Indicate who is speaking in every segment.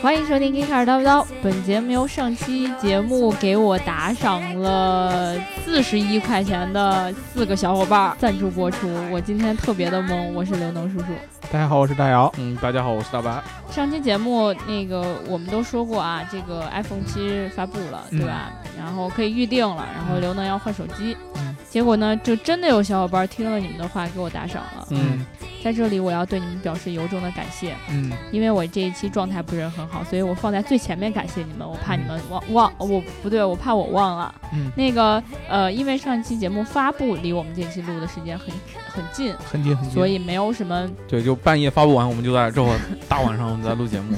Speaker 1: 欢迎收听《K 开始叨不叨》，本节目由上期节目给我打赏了四十一块钱的四个小伙伴赞助播出。我今天特别的懵，我是刘能叔叔。
Speaker 2: 大家好，我是大姚。
Speaker 3: 嗯，大家好，我是大白。
Speaker 1: 上期节目那个我们都说过啊，这个 iPhone 七发布了，
Speaker 2: 嗯
Speaker 1: 对吧？然后可以预定了，然后刘能要换手机。
Speaker 2: 嗯
Speaker 1: 结果呢，就真的有小伙伴听了你们的话给我打赏了。
Speaker 2: 嗯
Speaker 1: 在这里，我要对你们表示由衷的感谢，
Speaker 2: 嗯，
Speaker 1: 因为我这一期状态不是很好，所以我放在最前面感谢你们，我怕你们忘忘我不对，我怕我忘了。
Speaker 2: 嗯
Speaker 1: 那个呃，因为上一期节目发布离我们这期录的时间很很近，
Speaker 2: 很近很近。
Speaker 1: 所以没有什么
Speaker 3: 对，就半夜发布完，我们就在这会儿大晚上我们在录节目。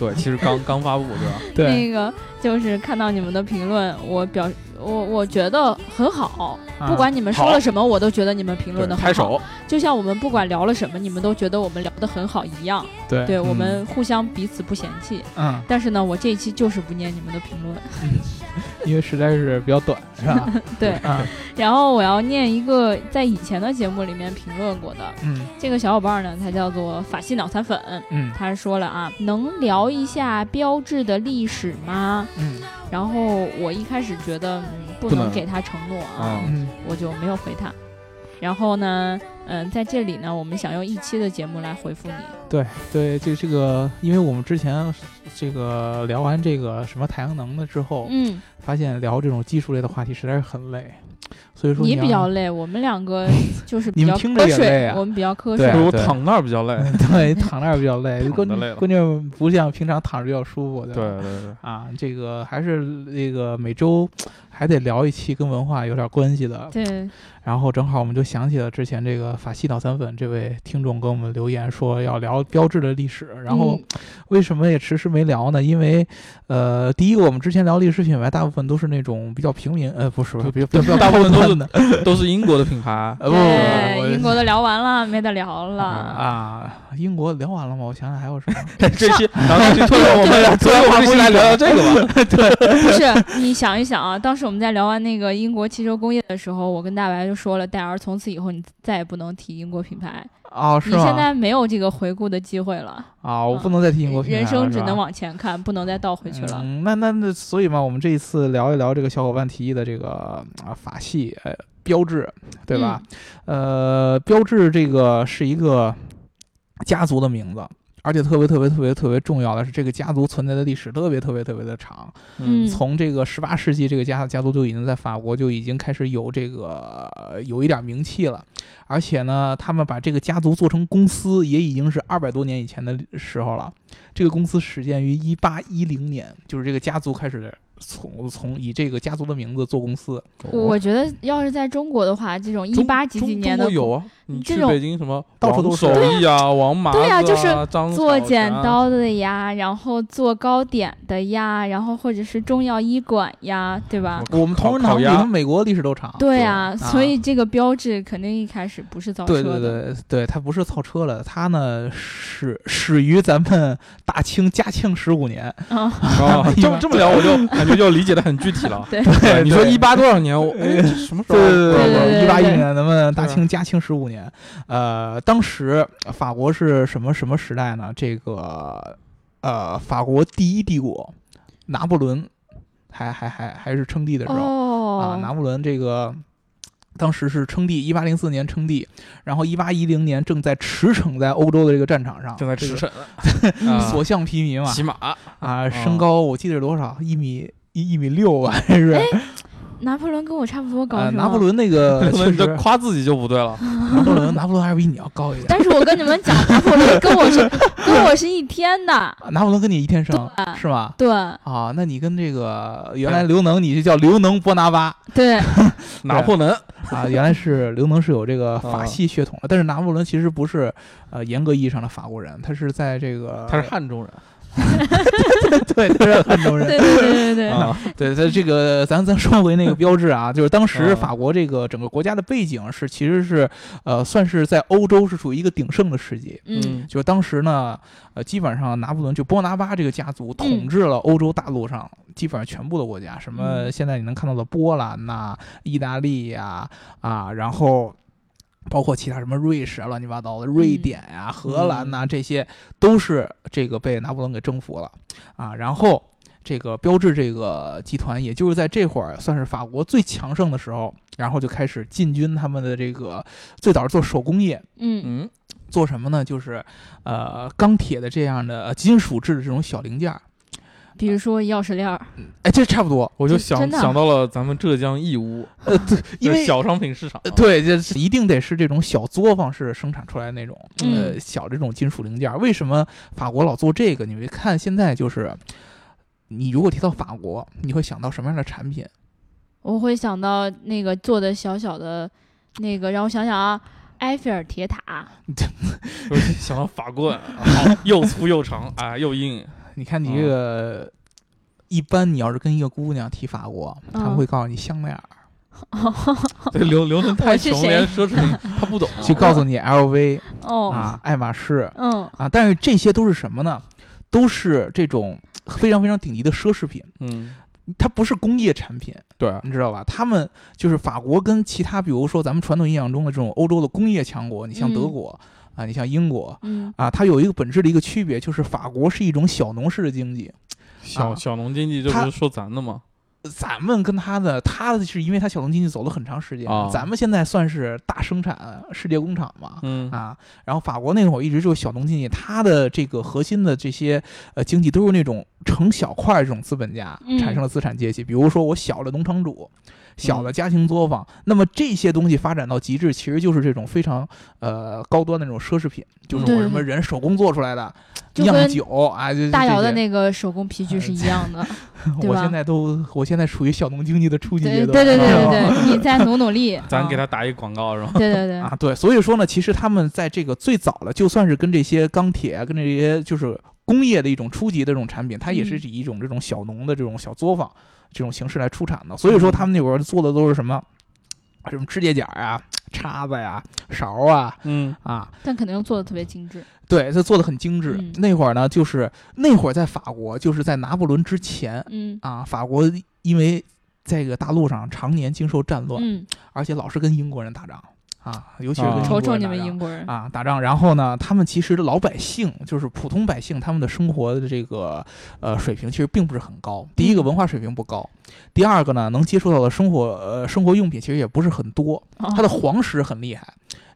Speaker 3: 对，其实刚刚发布，对吧？
Speaker 2: 对，
Speaker 1: 那个就是看到你们的评论，我表我我觉得很好，
Speaker 2: 啊
Speaker 1: 不管你们说
Speaker 3: 好
Speaker 1: 了什么，我都觉得你们评论的
Speaker 3: 对拍，手，
Speaker 1: 就像我们不管聊了什么，你们都觉得我们聊得很好一样。
Speaker 2: 对
Speaker 1: 对我
Speaker 3: 嗯
Speaker 1: 们互相彼此不嫌弃，
Speaker 2: 嗯，
Speaker 1: 但是呢，我这一期就是不念你们的评论，
Speaker 2: 因为实在是比较短，是吧？
Speaker 1: 对。
Speaker 2: 啊，
Speaker 1: 然后我要念一个在以前的节目里面评论过的
Speaker 2: 嗯
Speaker 1: 这个小伙伴呢，他叫做法系脑残粉，
Speaker 2: 嗯
Speaker 1: 他说了啊，能聊一下标志的历史吗？
Speaker 2: 嗯
Speaker 1: 然后我一开始觉得、嗯、不
Speaker 3: 不
Speaker 1: 能
Speaker 3: 能
Speaker 1: 给他承诺啊，
Speaker 3: 嗯
Speaker 2: 嗯
Speaker 1: 我就没有回他。然后呢，嗯、在这里呢，我们想用一期的节目来回复你，
Speaker 2: 对对，这这个，因为我们之前这个聊完这个什么太阳能的之后，
Speaker 1: 嗯，
Speaker 2: 发现聊这种技术类的话题实在是很累，所以说
Speaker 1: 你
Speaker 2: 要
Speaker 1: 比较累，我们两个 就是比
Speaker 2: 啊你们
Speaker 1: 较
Speaker 2: 听着
Speaker 1: 瞌
Speaker 2: 也累
Speaker 1: 睡，
Speaker 2: 啊
Speaker 1: 我们比较瞌睡
Speaker 2: 对啊。
Speaker 3: 我躺那儿比较累。
Speaker 2: 对躺那儿比较累，
Speaker 3: 躺
Speaker 2: 关
Speaker 3: 得累了
Speaker 2: 关键不像平常躺着比较舒服，
Speaker 3: 对
Speaker 2: 吧
Speaker 3: 对对，
Speaker 2: 啊，这个还是那个每周还得聊一期跟文化有点关系的，
Speaker 1: 对，
Speaker 2: 然后正好我们就想起了之前这个法系脑残粉这位听众给我们留言说要聊标志的历史，然后
Speaker 1: 嗯
Speaker 2: 为什么也迟迟没聊呢？因为，呃，第一个我们之前聊历史品牌，大部分都是那种比较平民，呃，不是，不是，不是
Speaker 3: 大部分都是
Speaker 2: 的，
Speaker 3: 都是英国的品牌。
Speaker 2: 呃，不
Speaker 1: 对
Speaker 2: 不不，
Speaker 1: 英
Speaker 2: 不
Speaker 1: 国的聊完了，没得聊了。
Speaker 2: 啊，英国聊完了吗？我想想还有什么？
Speaker 3: 这期，然后这期突然我们，突然我们这期来聊聊这个吧。
Speaker 1: 不是，你想一想啊，当时我们在聊完那个英国汽车工业的时候，我跟大白就说了，戴尔从此以后你再也不能提英国品牌，
Speaker 2: 哦，
Speaker 1: 你
Speaker 2: 是
Speaker 1: 现
Speaker 2: 吗？
Speaker 1: 在没有这个回顾的机会了，
Speaker 2: 啊，我不能再提英国品牌
Speaker 1: 人
Speaker 2: 了，
Speaker 1: 生只
Speaker 2: 是吧啊
Speaker 1: 能往前看，不能再倒回去了。
Speaker 2: 嗯、那那那，所以嘛，我们这一次聊一聊这个小伙伴提议的这个啊法系呃标志，对吧？呃，标志这个是一个家族的名字。而且特别特别特别特别重要的是，这个家族存在的历史特别特别特别的长。
Speaker 1: 嗯
Speaker 2: 从这个十八世纪，这个家家族就已经在法国就已经开始有这个呃有一点名气了。而且呢，他们把这个家族做成公司，也已经是二百多年以前的时候了。这个公司始建于一八一零年，就是这个家族开始从从以这个家族的名字做公司。
Speaker 1: 我觉得要是在中国的话，这种一
Speaker 3: 中
Speaker 1: 八几几
Speaker 3: 中
Speaker 1: 年的
Speaker 3: 中国有啊，你
Speaker 1: 这
Speaker 3: 去
Speaker 1: 种
Speaker 3: 北京什么
Speaker 2: 到处都是
Speaker 3: 王守义啊，王麻子
Speaker 1: 对啊就是
Speaker 3: 张
Speaker 1: 做
Speaker 3: 小
Speaker 1: 剪
Speaker 2: 啊
Speaker 3: 霞，
Speaker 1: 刀的呀，然后做糕点的呀，然后或者是中药医馆呀，对吧？
Speaker 2: 我们同仁堂
Speaker 3: 烤
Speaker 2: 比
Speaker 3: 鸭
Speaker 2: 他们美国历史都长。
Speaker 1: 对啊，
Speaker 2: 对啊
Speaker 1: 所以这个标志肯定一开始不是造车
Speaker 2: 对
Speaker 1: 的。
Speaker 2: 对对对，它不是造车了，它呢始始于咱们大清嘉庆十 五年。
Speaker 1: 啊，
Speaker 3: 啊，这么这么聊我就感觉就理解的很具体了。
Speaker 1: 对
Speaker 3: 对，你说一八多少年？我哎，这什么时候？
Speaker 1: 对对对
Speaker 2: 一八一零年，咱们大清嘉庆十五年，呃，当时法国是什么什么时代呢？这个呃，法国第一帝国，拿破仑还还还还是称帝的时候、啊
Speaker 1: 哦，，
Speaker 2: 拿破仑这个。当时是称帝，一八零四年称帝，然后一八一零年正在驰骋在欧洲的这个战场上，
Speaker 3: 正在
Speaker 2: 这
Speaker 3: 驰
Speaker 2: 个
Speaker 3: 骋呢，啊
Speaker 2: 所向披靡嘛，
Speaker 3: 骑马，
Speaker 2: 啊，身高我记得是多少？一米一一米六吧， 还是？
Speaker 1: 拿破仑跟我差不哎多高
Speaker 2: 呃，
Speaker 1: 是吗
Speaker 2: 啊拿破，仑那 个
Speaker 3: 那
Speaker 2: 确
Speaker 3: 你这
Speaker 2: 实，
Speaker 3: 夸自己就不对了。
Speaker 2: 拿破仑，拿 破仑还是比你要高一点。
Speaker 1: 但是我跟你们讲，拿破仑跟我 是跟我是一天的，
Speaker 2: 啊拿破仑跟你一天生
Speaker 1: 对
Speaker 2: 是吗？
Speaker 1: 对
Speaker 2: 啊，那你跟这个原来刘能，你就叫刘能波拿 巴
Speaker 1: 对，
Speaker 3: 拿破仑，
Speaker 2: 啊，原来是刘能是有这个法系血统的，但是拿破仑其实不是呃严格意义上的法国人，他是在这个
Speaker 3: 他是汉中人，
Speaker 2: 对他是汉中人，
Speaker 1: 对对对对 对，
Speaker 2: 嗯
Speaker 3: 啊，
Speaker 2: 对，在这个咱咱说回那个标志啊，就是当时
Speaker 3: 嗯
Speaker 2: 法国这个整个国家的背景是，其实是呃，算是在欧洲是处于一个鼎盛的时期。
Speaker 1: 嗯，
Speaker 2: 就是当时呢，呃，基本上拿破仑就波拿巴这个家族统治了欧洲大陆上、基本上全部的国家，什么
Speaker 1: 嗯
Speaker 2: 啊现在你能看到的波兰呐、意大利呀啊然后。包括其他什么瑞士啊、乱七八糟的，瑞典呀、荷兰
Speaker 1: 嗯
Speaker 2: 呐、这些都是这个被拿破仑给征服了啊。然后这个标志这个集团，也就是在这会儿算是法国最强盛的时候，然后就开始进军他们的这个最早是做手工业，
Speaker 1: 嗯
Speaker 3: 嗯
Speaker 2: 做什么呢？就是呃钢铁的这样的呃金属制的这种小零件儿，
Speaker 1: 比如说钥匙链儿，
Speaker 2: 哎，这差不多，
Speaker 3: 我就
Speaker 1: 真
Speaker 3: 想
Speaker 1: 真的啊
Speaker 3: 想到了咱们浙江义乌，
Speaker 2: 呃，对，因
Speaker 3: 就是
Speaker 2: 为
Speaker 3: 小商品市场啊
Speaker 2: 呃，对，这是一定得是这种小作坊式生产出来的那种，
Speaker 1: 嗯
Speaker 2: 呃，小这种金属零件儿。为什么法国老做这个？你会看现在就是，你如果提到法国，你会想到什么样的产品？
Speaker 1: 我会想到那个做的小小的，那个让我想想啊，埃菲尔铁塔，
Speaker 3: 就是想到法棍，啊好又粗又长啊，又硬，
Speaker 2: 你看你这个，一般你要是跟一个姑娘提法国，她
Speaker 1: 嗯
Speaker 2: 会告诉你香奈儿，
Speaker 3: 对，刘刘能太
Speaker 1: 我是
Speaker 3: 穷，
Speaker 1: 谁
Speaker 3: 连奢侈品他不懂，啊
Speaker 1: 嗯
Speaker 2: 就告诉你 LV
Speaker 1: 哦，
Speaker 2: 啊、爱马仕
Speaker 1: 嗯
Speaker 2: 啊，但是这些都是什么呢？都是这种非常非常顶级的奢侈品，
Speaker 3: 嗯，
Speaker 2: 它不是工业产品。
Speaker 3: 对，啊
Speaker 2: 你知道吧？他们就是法国跟其他，比如说咱们传统印象中的这种欧洲的工业强国，你像德
Speaker 1: 嗯
Speaker 2: 国、啊，你像英国
Speaker 1: 嗯，
Speaker 2: 啊，它有一个本质的一个区别，就是法国是一种小农式的经济，
Speaker 3: 小
Speaker 2: 啊
Speaker 3: 小农经济这不
Speaker 2: 他
Speaker 3: 是说咱的吗？
Speaker 2: 咱们跟它的，它的是因为它小农经济走了很长时间，
Speaker 3: 啊
Speaker 2: 咱们现在算是大生产世界工厂嘛。
Speaker 3: 嗯
Speaker 2: 啊，然后法国那会儿一直就是小农经济，它的这个核心的这些呃经济都是那种成小块儿这种资本家
Speaker 1: 嗯
Speaker 2: 产生了资产阶级，比如说我小的农场主，小的家庭作坊，那么这些东西发展到极致，其实就是这种非常呃高端的那种奢侈品，就是
Speaker 1: 对
Speaker 2: 我什么人手工做出来的
Speaker 1: 就
Speaker 2: 酿
Speaker 1: 跟
Speaker 2: 酒啊，就
Speaker 1: 大姚的。
Speaker 2: 就
Speaker 1: 那个手工皮具是一样 的，
Speaker 2: 这些
Speaker 1: 对
Speaker 2: 我
Speaker 1: 吧
Speaker 2: 现在都，我现在属于小农经济的初级哎阶
Speaker 1: 对对
Speaker 2: 段，啊
Speaker 1: 对对
Speaker 2: 哦是
Speaker 1: 对
Speaker 2: 吧
Speaker 1: 对，你再努努 力，
Speaker 3: 咱给
Speaker 1: 他，
Speaker 3: 他打一广告是吧？
Speaker 1: 对对对，
Speaker 2: 啊，对，所以说呢，其实他们在这个最早的，就算是跟这些钢铁啊，跟这些就是工业的一种初级的这种产品，它也是
Speaker 1: 嗯
Speaker 2: 以一种这种小农的这种小作坊这种形式来出产的。所以说
Speaker 1: 嗯
Speaker 2: 他们那会儿做的都是什么，什么指甲剪儿啊、叉子呀、勺啊
Speaker 3: 嗯，
Speaker 2: 啊，
Speaker 1: 但肯定做的特别精致，
Speaker 2: 对，它做的很精致。
Speaker 1: 嗯
Speaker 2: 那会儿呢，就是那会儿在法国，就是在拿破仑之前
Speaker 1: 嗯
Speaker 2: 啊，法国因为在这个大陆上常年经受战乱，
Speaker 1: 嗯，
Speaker 2: 而且老是跟英国人打仗啊，尤其是跟
Speaker 3: 啊
Speaker 2: 英
Speaker 1: 瞅
Speaker 2: 国
Speaker 1: 瞅
Speaker 2: 人
Speaker 1: 你
Speaker 2: 打
Speaker 1: 们
Speaker 2: 仗
Speaker 1: 英国人，
Speaker 2: 啊打仗，然后呢，他们其实老百姓就是普通百姓，他们的生活的这个呃水平其实并不是很高。第一个
Speaker 1: 嗯
Speaker 2: 文化水平不高，第二个呢，能接触到的生活呃生活用品其实也不是很多。
Speaker 1: 哦
Speaker 2: 他的皇室很厉害，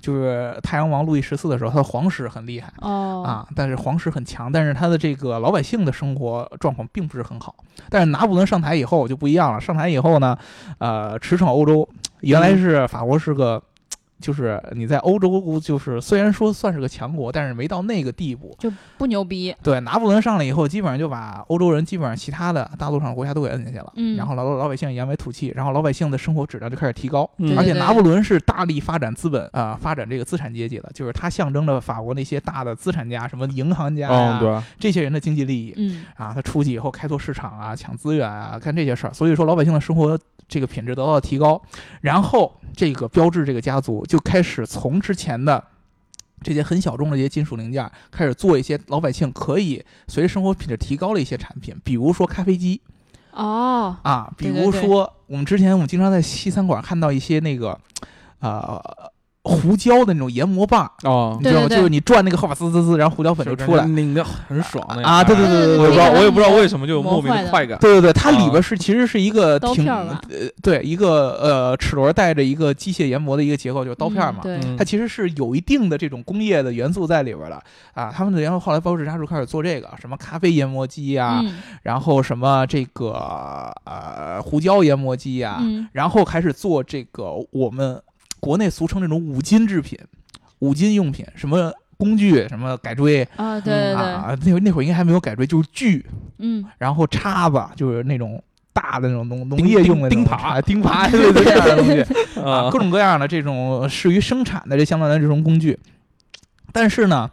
Speaker 2: 就是太阳王路易十四的时候，他的皇室很厉害。
Speaker 1: 哦，
Speaker 2: 啊，但是皇室很强，但是他的这个老百姓的生活状况并不是很好。但是拿破仑上台以后就不一样了，上台以后呢，呃，驰骋欧洲。原
Speaker 1: 嗯
Speaker 2: 来是法国是个，就是你在欧洲就是虽然说算是个强国，但是没到那个地步。
Speaker 1: 就不牛逼，
Speaker 2: 对，拿破仑上来以后，基本上就把欧洲人基本上其他的大陆上的国家都给摁下去了。
Speaker 1: 嗯
Speaker 2: 然后老老百姓扬眉吐气，然后老百姓的生活质量就开始提高。
Speaker 1: 对
Speaker 3: 嗯
Speaker 2: 而且
Speaker 1: 对
Speaker 2: 拿破仑是大力发展资本啊、呃发展这个资产阶级的，就是它象征着法国那些大的资产家，什么银行家呀、
Speaker 3: 嗯，对，
Speaker 2: 这些人的经济利益
Speaker 1: 嗯
Speaker 2: 啊，他出去以后开拓市场啊，抢资源啊，干这些事儿，所以说老百姓的生活这个品质得到了提高，然后这个标志这个家族就开始从之前的。这些很小众的这些金属零件儿，开始做一些老百姓可以随着生活品质提高的一些产品，比如说咖啡机，
Speaker 1: 哦，
Speaker 2: 啊，比
Speaker 1: 对对
Speaker 2: 如
Speaker 1: 对
Speaker 2: 说我们之前我们经常在西餐馆看到一些那个，呃，胡椒的那种研磨棒，
Speaker 3: 哦
Speaker 2: 你，知道
Speaker 1: 对
Speaker 2: 吗？
Speaker 1: 对对
Speaker 2: 就是你转那个后边滋滋滋，然后胡椒粉就出来。
Speaker 3: 拧的很爽那个
Speaker 2: 啊对对
Speaker 1: 对对对
Speaker 3: 我也不知
Speaker 1: 对对
Speaker 3: 道，
Speaker 1: 对
Speaker 3: 我也不知道为什么就有莫名
Speaker 1: 磨坏的
Speaker 3: 快感。
Speaker 2: 对对对，它里
Speaker 3: 啊
Speaker 2: 边是其实是一个
Speaker 1: 刀
Speaker 2: 挺
Speaker 1: 片儿吧
Speaker 2: 呃对一个呃齿轮带着一个机械研磨的一个结构，就是刀片儿
Speaker 1: 嗯
Speaker 2: 嘛。
Speaker 1: 对，
Speaker 3: 嗯
Speaker 2: 它其实是有一定的这种工业的元素在里边的啊。他们的然后后来包氏家族开始做这个，什么咖啡研磨机呀、
Speaker 1: 嗯
Speaker 2: 然后什么这个呃胡椒研磨机呀、
Speaker 1: 嗯，
Speaker 2: 然后开始做这个我们国内俗称这种五金制品、五金用品，什么工具，什么改锥
Speaker 1: 啊，对对对，
Speaker 2: 啊，那会那会儿应该还没有改锥，就是锯，
Speaker 1: 嗯，
Speaker 2: 然后叉子，就是那种大的那种农农业用的那种
Speaker 3: 钉
Speaker 2: 叉
Speaker 3: 耙
Speaker 2: 钉 耙，对对对，这样的东西。啊，
Speaker 3: 啊
Speaker 2: 各种各样的这种呃适于生产的这相关的这种工具。但是呢，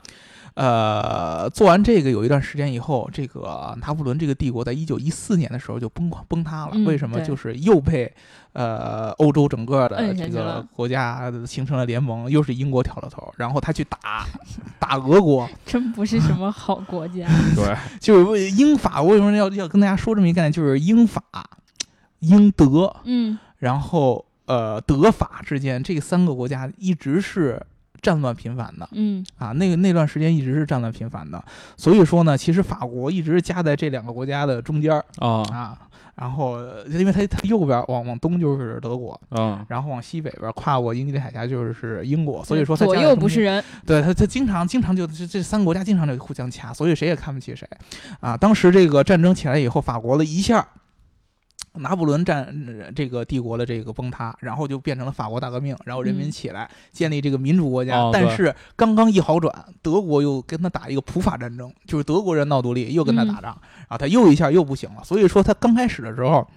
Speaker 2: 呃，做完这个有一段时间以后，这个呃拿破仑这个帝国在一九一四年的时候就崩垮崩塌了。
Speaker 1: 嗯
Speaker 2: 为什么？
Speaker 1: 对
Speaker 2: 就是又被呃欧洲整个的
Speaker 1: 摁下
Speaker 2: 这
Speaker 1: 去
Speaker 2: 个
Speaker 1: 了
Speaker 2: 国家形成了联盟，又是英国挑了头，然后他去打 打俄国，
Speaker 1: 真不是什么好国 家，
Speaker 3: 对，
Speaker 2: 就是为英法。我为什么要要跟大家说这么一个概念？就是英法、英德，
Speaker 1: 嗯
Speaker 2: 然后呃德法之间这三个国家一直是战乱频繁的
Speaker 1: 嗯
Speaker 2: 啊，那个那段时间一直是战乱频繁的，所以说呢，其实法国一直夹在这两个国家的中间儿
Speaker 3: 啊
Speaker 2: 啊，然后呃因为它它右边往往东就是德国，
Speaker 3: 啊
Speaker 2: 然后往西北边跨过英吉利海峡就是英国，所以说它
Speaker 1: 左
Speaker 2: 夹在
Speaker 1: 右
Speaker 2: 中
Speaker 1: 不
Speaker 2: 间
Speaker 1: 是人，
Speaker 2: 对他，他经常经常就这这三个国家经常就互相掐，所以谁也看不起谁，啊，当时这个战争起来以后，法国的一下儿，拿破仑战呃这个帝国的这个崩塌，然后就变成了法国大革命，然后人民
Speaker 1: 嗯
Speaker 2: 起来、建立这个民主国家，
Speaker 3: 哦
Speaker 2: 但
Speaker 3: 对
Speaker 2: 是刚刚一好转，德国又跟他打一个普法战争，就是德国人闹独立，又跟他打仗，然后他又一下又不行了，所以说他刚开始的时候。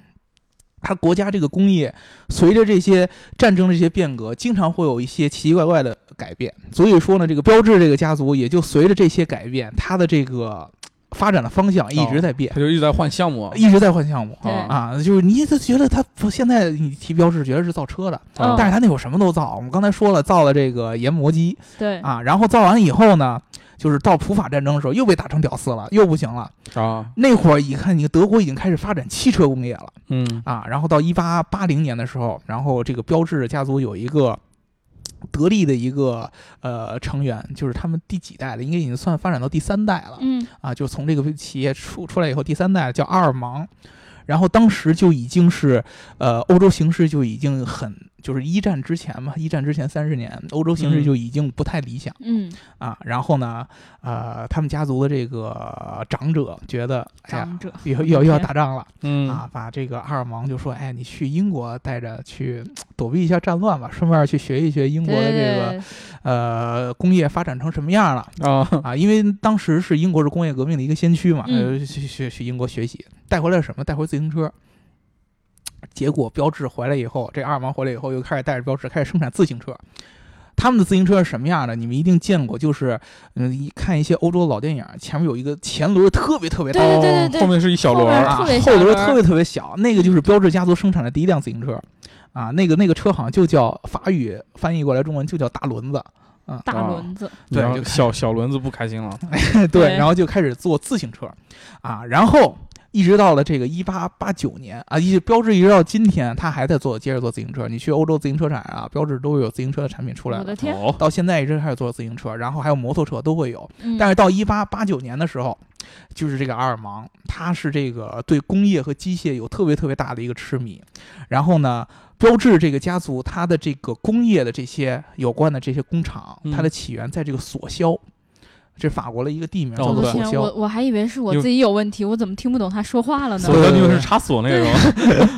Speaker 2: 他国家这个工业随着这些战争这些变革，经常会有一些奇奇怪怪的改变。所以说呢，这个标志这个家族也就随着这些改变，它的这个呃发展的方向一直在变
Speaker 3: 他，就一直在换项目，
Speaker 2: 一直在换项目。
Speaker 1: 哦嗯对
Speaker 3: 啊
Speaker 2: 啊，就是你就觉得他不现在你提标志觉得是造车的，
Speaker 1: 嗯
Speaker 2: 但是他那会儿什么都造。我们刚才说了，造了这个研磨机
Speaker 1: 对，
Speaker 2: 啊，然后造完以后呢，就是到普法战争的时候又被打成屌丝了，又不行了。
Speaker 3: 啊
Speaker 2: 那会儿一看，你德国已经开始发展汽车工业了。
Speaker 3: 嗯
Speaker 2: 啊，然后到一八八零年的时候，然后这个标志家族有一个得力的一个呃成员，就是他们第几代了，应该已经算发展到第三代了、
Speaker 1: 嗯
Speaker 2: 啊，就从这个企业出出来以后，第三代叫阿尔芒。然后当时就已经是，呃，欧洲形势就已经很，就是一战之前嘛，一战之前三十年，欧洲形势
Speaker 3: 嗯
Speaker 2: 就已经不太理想。
Speaker 1: 嗯，
Speaker 2: 啊，然后呢，呃，他们家族的这个长者觉得，哎呀，
Speaker 1: 长者，
Speaker 2: 又又又要打仗了，
Speaker 3: 嗯
Speaker 2: 啊，把这个阿尔芒就说，哎，你去英国带着去躲避一下战乱吧，顺便去学一学英
Speaker 1: 对
Speaker 2: 国的这个
Speaker 1: 对
Speaker 2: 呃工业发展成什么样了
Speaker 3: 啊
Speaker 2: 啊，因为当时是英国是工业革命的一个先驱嘛，
Speaker 1: 嗯
Speaker 2: 呃去去去英国学习，带回来什么？带回自行车。结果标志回来以后，这阿尔芒回来以后又开始带着标志开始生产自行车。他们的自行车是什么样的？你们一定见过，就是嗯，一看一些欧洲老电影，前面有一个前轮特别特别大，
Speaker 1: 对对对对
Speaker 3: 哦后面是一小
Speaker 1: 后
Speaker 3: 轮
Speaker 1: 面
Speaker 3: 儿
Speaker 1: 是
Speaker 2: 啊，
Speaker 1: 特别
Speaker 2: 后
Speaker 1: 小
Speaker 2: 轮
Speaker 1: 轮
Speaker 2: 特别特别小，那个就是标致家族生产的第一辆自行车，啊，那个那个车好像就叫法语翻译过来中文就叫大轮子， 啊
Speaker 1: 大轮子，
Speaker 2: 对
Speaker 3: 然后
Speaker 2: 就看
Speaker 3: 小小轮子不开心了，
Speaker 2: 对，
Speaker 1: 对
Speaker 2: 然后就开始做自行车，啊，然后一直到了这个一八八九年啊，一直标致一直到今天，他还在做接着做自行车，你去欧洲自行车展啊，标致都会有自行车的产品出来
Speaker 1: 我
Speaker 2: 了
Speaker 1: 的。天，
Speaker 3: 哦
Speaker 2: 到现在一直开始做自行车，然后还有摩托车都会有，
Speaker 1: 嗯
Speaker 2: 但是到一八八九年的时候，就是这个阿尔芒，他是这个对工业和机械有特别特别大的一个痴迷。然后呢，标志这个家族，它的这个工业的这些有关的这些工厂，
Speaker 3: 嗯
Speaker 2: 它的起源在这个索肖，这法国的一个地名
Speaker 3: 哦
Speaker 2: 叫做
Speaker 1: 我
Speaker 3: 对
Speaker 1: 的
Speaker 2: 索
Speaker 1: 天，我
Speaker 2: 肖。
Speaker 1: 我还以为是我
Speaker 3: 有
Speaker 1: 自己有问题，我怎么听不懂他说话了呢
Speaker 3: 所？
Speaker 2: 对
Speaker 3: 以
Speaker 2: 对
Speaker 3: 就是
Speaker 2: 对
Speaker 3: 插锁那种，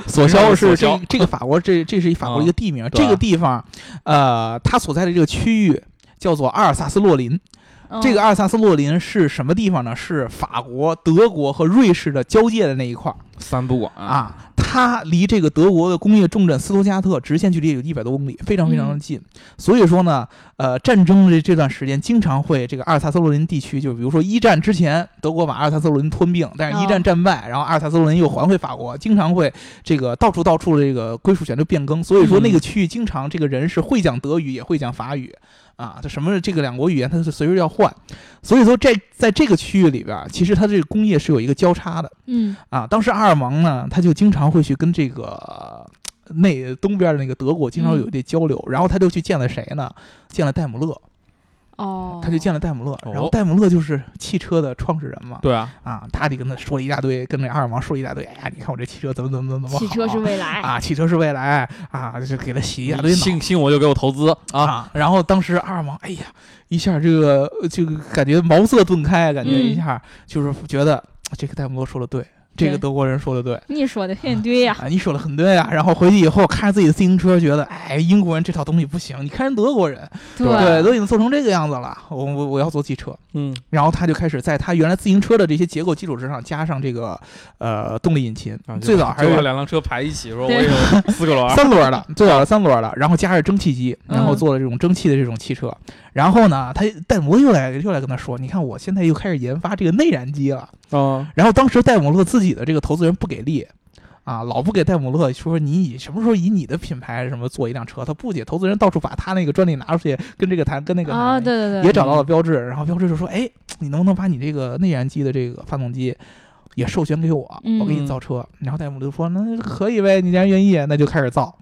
Speaker 2: 索肖是这
Speaker 3: 索肖嗯
Speaker 2: 个这个法国这这是一法国一个地名，
Speaker 3: 对
Speaker 2: 这个地方，呃，它所在的这个区域叫做阿尔萨斯洛林。
Speaker 1: 嗯
Speaker 2: 这个啊阿尔萨斯洛林是什么地方呢？是法国、德国和瑞士的交界的那一块儿
Speaker 3: 三不管，
Speaker 2: 啊。它离这个德国的工业重镇斯图加特直线距离有一百多公里，非常非常的近。所以说呢，呃，战争这这段时间经常会这个阿尔萨斯洛林地区，就比如说一战之前，德国把阿尔萨斯洛林吞并，但是一战
Speaker 1: 哦
Speaker 2: 战败，然后阿尔萨斯洛林又还回法国，经常会这个到处到处的这个归属权就变更。所以说那个区域经常这个人是会讲德语也会讲法语，啊，这什么这个两国语言，它是随时要换，所以说这在这个区域里边儿，其实它这个工业是有一个交叉的
Speaker 1: 嗯
Speaker 2: 啊。当时阿尔芒呢，他就经常会去跟这个呃那东边的那个德国经常
Speaker 1: 嗯
Speaker 2: 有这交流，然后他就去见了谁呢？见了戴姆勒，
Speaker 1: 哦，
Speaker 2: 他就见了戴姆勒，然后
Speaker 3: 哦
Speaker 2: 戴姆勒就是汽车的创始人嘛。
Speaker 3: 对啊，
Speaker 2: 啊，他就跟他说了一大堆，跟那阿尔芒说了一大堆。哎呀，你看我这汽车怎么怎么怎么好，
Speaker 1: 汽车是未来，
Speaker 2: 啊，汽车是未来啊，就是给他洗一大堆
Speaker 3: 你
Speaker 2: 脑。
Speaker 3: 信信我就给我投资啊，
Speaker 2: 啊，然后当时阿尔芒，哎呀，一下这个呃这个感觉茅塞顿开，感觉
Speaker 1: 嗯
Speaker 2: 一下就是觉得这个戴姆勒说的对，这个
Speaker 1: 对
Speaker 2: 德国人说的对。
Speaker 1: 你说的很对呀，
Speaker 2: 啊，你说的很对啊！然后回去以后看着自己的自行车，觉得哎，英国人这套东西不行，你看人德国人，对，都已经做成这个样子了，我我我要做汽车。
Speaker 3: 嗯
Speaker 2: 然后他就开始在他原来自行车的这些结构基础之上，加上这个呃动力引擎，
Speaker 3: 啊就
Speaker 2: 最早还
Speaker 3: 就把
Speaker 2: 是
Speaker 3: 两辆车排一起，说我
Speaker 1: 对
Speaker 3: 有四个 轮儿，
Speaker 2: 三轮 儿的，最早的三轮儿的，然后加上蒸汽机，
Speaker 1: 嗯
Speaker 2: 然后做了这种蒸汽的这种汽车。然后呢，他戴姆勒又来又来跟他说，你看我现在又开始研发这个内燃机了。
Speaker 3: 啊
Speaker 2: 然后当时戴姆勒自己的这个投资人不给力。啊，老不给戴姆勒说你以什么时候以你的品牌什么做一辆车？他不解，投资人到处把他那个专利拿出去跟这个谈，跟那个谈，
Speaker 1: 啊，对
Speaker 3: 嗯
Speaker 1: 对对，
Speaker 2: 也找到了标志。然后标志就说：“哎，你能不能把你这个内燃机的这个发动机也授权给我，我给你
Speaker 3: 嗯
Speaker 2: 造车？”然后戴姆就说：“那可以呗，你既然愿意，那就开始造。”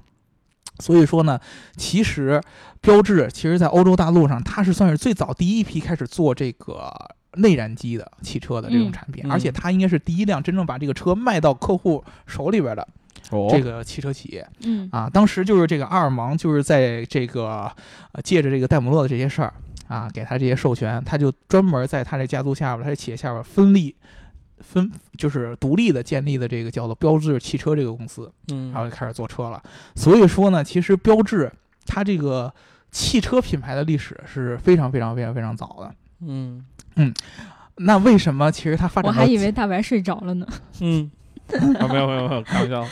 Speaker 2: 所以说呢，其实标志其实在欧洲大陆上，它是算是最早第一批开始做这个内燃机的汽车的这种
Speaker 1: 嗯
Speaker 2: 产品，
Speaker 3: 嗯
Speaker 2: 而且它应该是第一辆真正把这个车卖到客户手里边的
Speaker 3: 哦
Speaker 2: 这个汽车企业。
Speaker 1: 嗯
Speaker 2: 啊，当时就是这个阿尔芒，就是在这个、呃、借着这个戴姆勒的这些事儿啊，给他这些授权，他就专门在他这家族下边儿，他这企业下边儿分立。分就是独立的建立的这个叫做标志汽车这个公司，
Speaker 3: 嗯
Speaker 2: 然后就开始做车了。所以说呢，其实标志它这个汽车品牌的历史是非常非常非常非常早的。
Speaker 3: 嗯
Speaker 2: 那为什么其实它发
Speaker 1: 我
Speaker 2: 展到
Speaker 1: 还以为大白睡着了呢。
Speaker 3: 嗯，啊没有没有没有，开玩笑，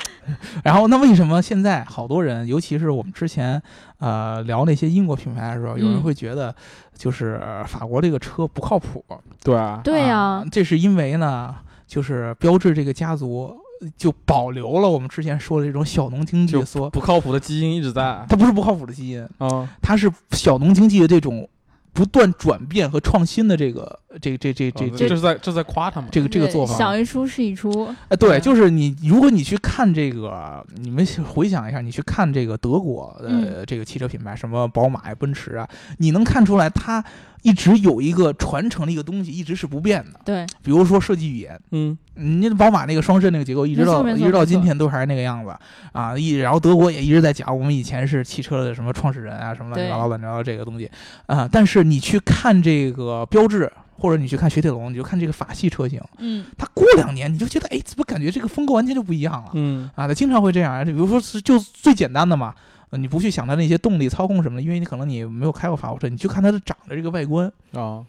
Speaker 2: 然后，那为什么现在好多人，尤其是我们之前呃聊那些英国品牌的时候，有人
Speaker 1: 嗯
Speaker 2: 会觉得就是法国这个车不靠谱？
Speaker 3: 对啊，
Speaker 1: 对呀、
Speaker 2: 啊这是因为呢，就是标志这个家族呃就保留了我们之前说的这种小农经济
Speaker 3: 就
Speaker 2: 所，
Speaker 3: 不靠谱的基因一直在
Speaker 2: 它不是不靠谱的基因，
Speaker 3: 啊，
Speaker 2: 它是小农经济的这种不断转变和创新的这个这这这这
Speaker 3: 这
Speaker 2: 这
Speaker 3: 是在这是在夸他们，
Speaker 2: 这个这个做法。
Speaker 1: 想一出是一出。
Speaker 2: 哎，对，
Speaker 1: 嗯
Speaker 2: 就是你，如果你去看这个，你们想回想一下，你去看这个德国的、
Speaker 1: 嗯
Speaker 2: 这个汽车品牌，什么宝马呀、奔驰啊，你能看出来它一直有一个传承的一个东西，一直是不变的。
Speaker 1: 对，
Speaker 2: 比如说设计语言，
Speaker 3: 嗯
Speaker 2: 嗯你宝马那个双肾那个结构，一直
Speaker 1: 没错
Speaker 2: 到
Speaker 1: 没错
Speaker 2: 一直到
Speaker 1: 没错
Speaker 2: 今天都还是那个样子啊。一然后德国也一直在讲，我们以前是汽车的什么创始人啊，什么乱七八糟
Speaker 1: 对
Speaker 2: 乱七八糟这个东西啊。但是你去看这个标志，或者你去看雪铁龙，你就看这个法系车型。
Speaker 1: 嗯，
Speaker 2: 它过两年你就觉得，哎，怎么感觉这个风格完全就不一样了、
Speaker 3: 嗯
Speaker 2: 啊？它经常会这样啊，就比如说是就最简单的嘛。呃你不去想它那些动力、操控什么的，因为你可能你没有开过法国车，你就看它的长的这个外观，
Speaker 3: 啊，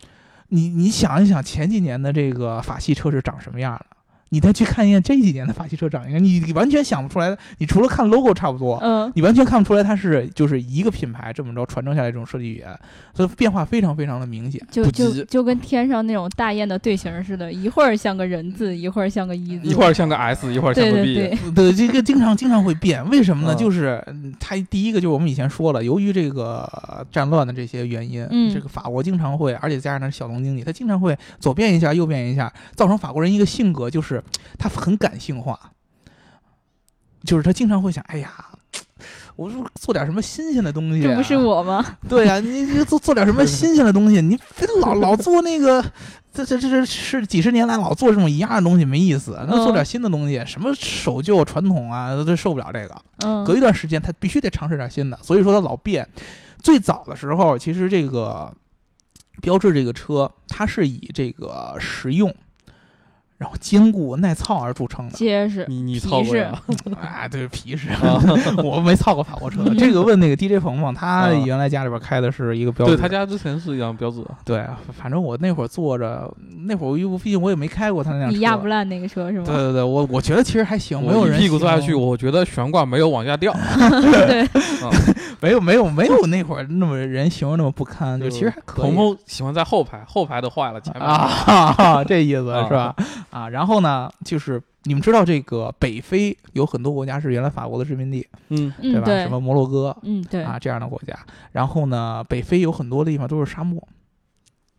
Speaker 2: 你你想一想前几年的这个法系车是长什么样的，你再去看一眼这几年的法系车长什么样，你完全想不出来。你除了看 logo 差不多，
Speaker 1: 嗯、
Speaker 2: 你完全看不出来它是就是一个品牌这么着传承下来这种设计语言，所以变化非常非常的明显。
Speaker 1: 就
Speaker 3: 不
Speaker 1: 就
Speaker 3: 急
Speaker 1: 就跟天上那种大雁的队形似的，一会儿像个人
Speaker 2: 嗯
Speaker 1: 字，一会儿像个一字，
Speaker 3: 一会儿像个 S，一会儿像
Speaker 1: 对
Speaker 3: 个
Speaker 1: 对
Speaker 3: B，
Speaker 1: 对，
Speaker 2: 对，这个经常经常会变，为什么呢？
Speaker 3: 嗯
Speaker 2: 就是嗯它第一个就是我们以前说了，由于这个呃战乱的这些原因，
Speaker 1: 嗯
Speaker 2: 这个法国经常会，而且加上它是小农经济，它经常会左变一下，右变一下，造成法国人一个性格就是他很感性化，就是他经常会想，哎呀。我说做点什么新鲜的东西、啊，
Speaker 1: 这不是我吗？
Speaker 2: 对呀、你你做做点什么新鲜的东西，你别老 老做那个，这这这这是几十年来老做这种一样的东西没意思，那做
Speaker 3: 嗯
Speaker 2: 点新的东西，什么守旧传统啊，都受不了这个。
Speaker 1: 嗯，
Speaker 2: 隔一段时间，他必须得尝试点新的，所以说他老变。最早的时候，其实这个标志这个车，它是以这个实用。然后坚固耐操而著称的
Speaker 1: 结实，
Speaker 3: 你你
Speaker 1: 皮
Speaker 3: 操过
Speaker 1: 是
Speaker 3: 呀？
Speaker 2: 啊，对皮实，
Speaker 3: 啊
Speaker 2: 我没操过法国车。这个问那个 DJ 鹏鹏，他原来家里边开的是一个标志，
Speaker 3: 啊对他家之前是一辆标志，
Speaker 2: 对，啊反正我那会儿坐着，那会儿因为毕竟我也没开过他那辆车。
Speaker 1: 你压不烂那个车是吗？
Speaker 2: 对对对，我我觉得其实还行，没有
Speaker 3: 嗯我
Speaker 2: 人
Speaker 3: 一屁股坐下
Speaker 2: 形
Speaker 3: 去，
Speaker 2: 容，
Speaker 3: 我觉得悬挂没有往下掉，
Speaker 1: 对，
Speaker 2: 没有没有没有那会儿那么人形容那么不堪，就其实还 可以。
Speaker 3: 鹏鹏喜欢在后排，后排的嗯坏了，前排
Speaker 2: 啊，哈哈这意思是吧？啊，然后呢，就是你们知道这个北非有很多国家是原来法国的殖民地，
Speaker 3: 嗯
Speaker 1: 嗯
Speaker 2: 对吧？什
Speaker 1: 对，
Speaker 2: 么摩洛哥
Speaker 1: 嗯对，
Speaker 2: 啊这样的国家，然后呢，北非有很多地方都是沙漠，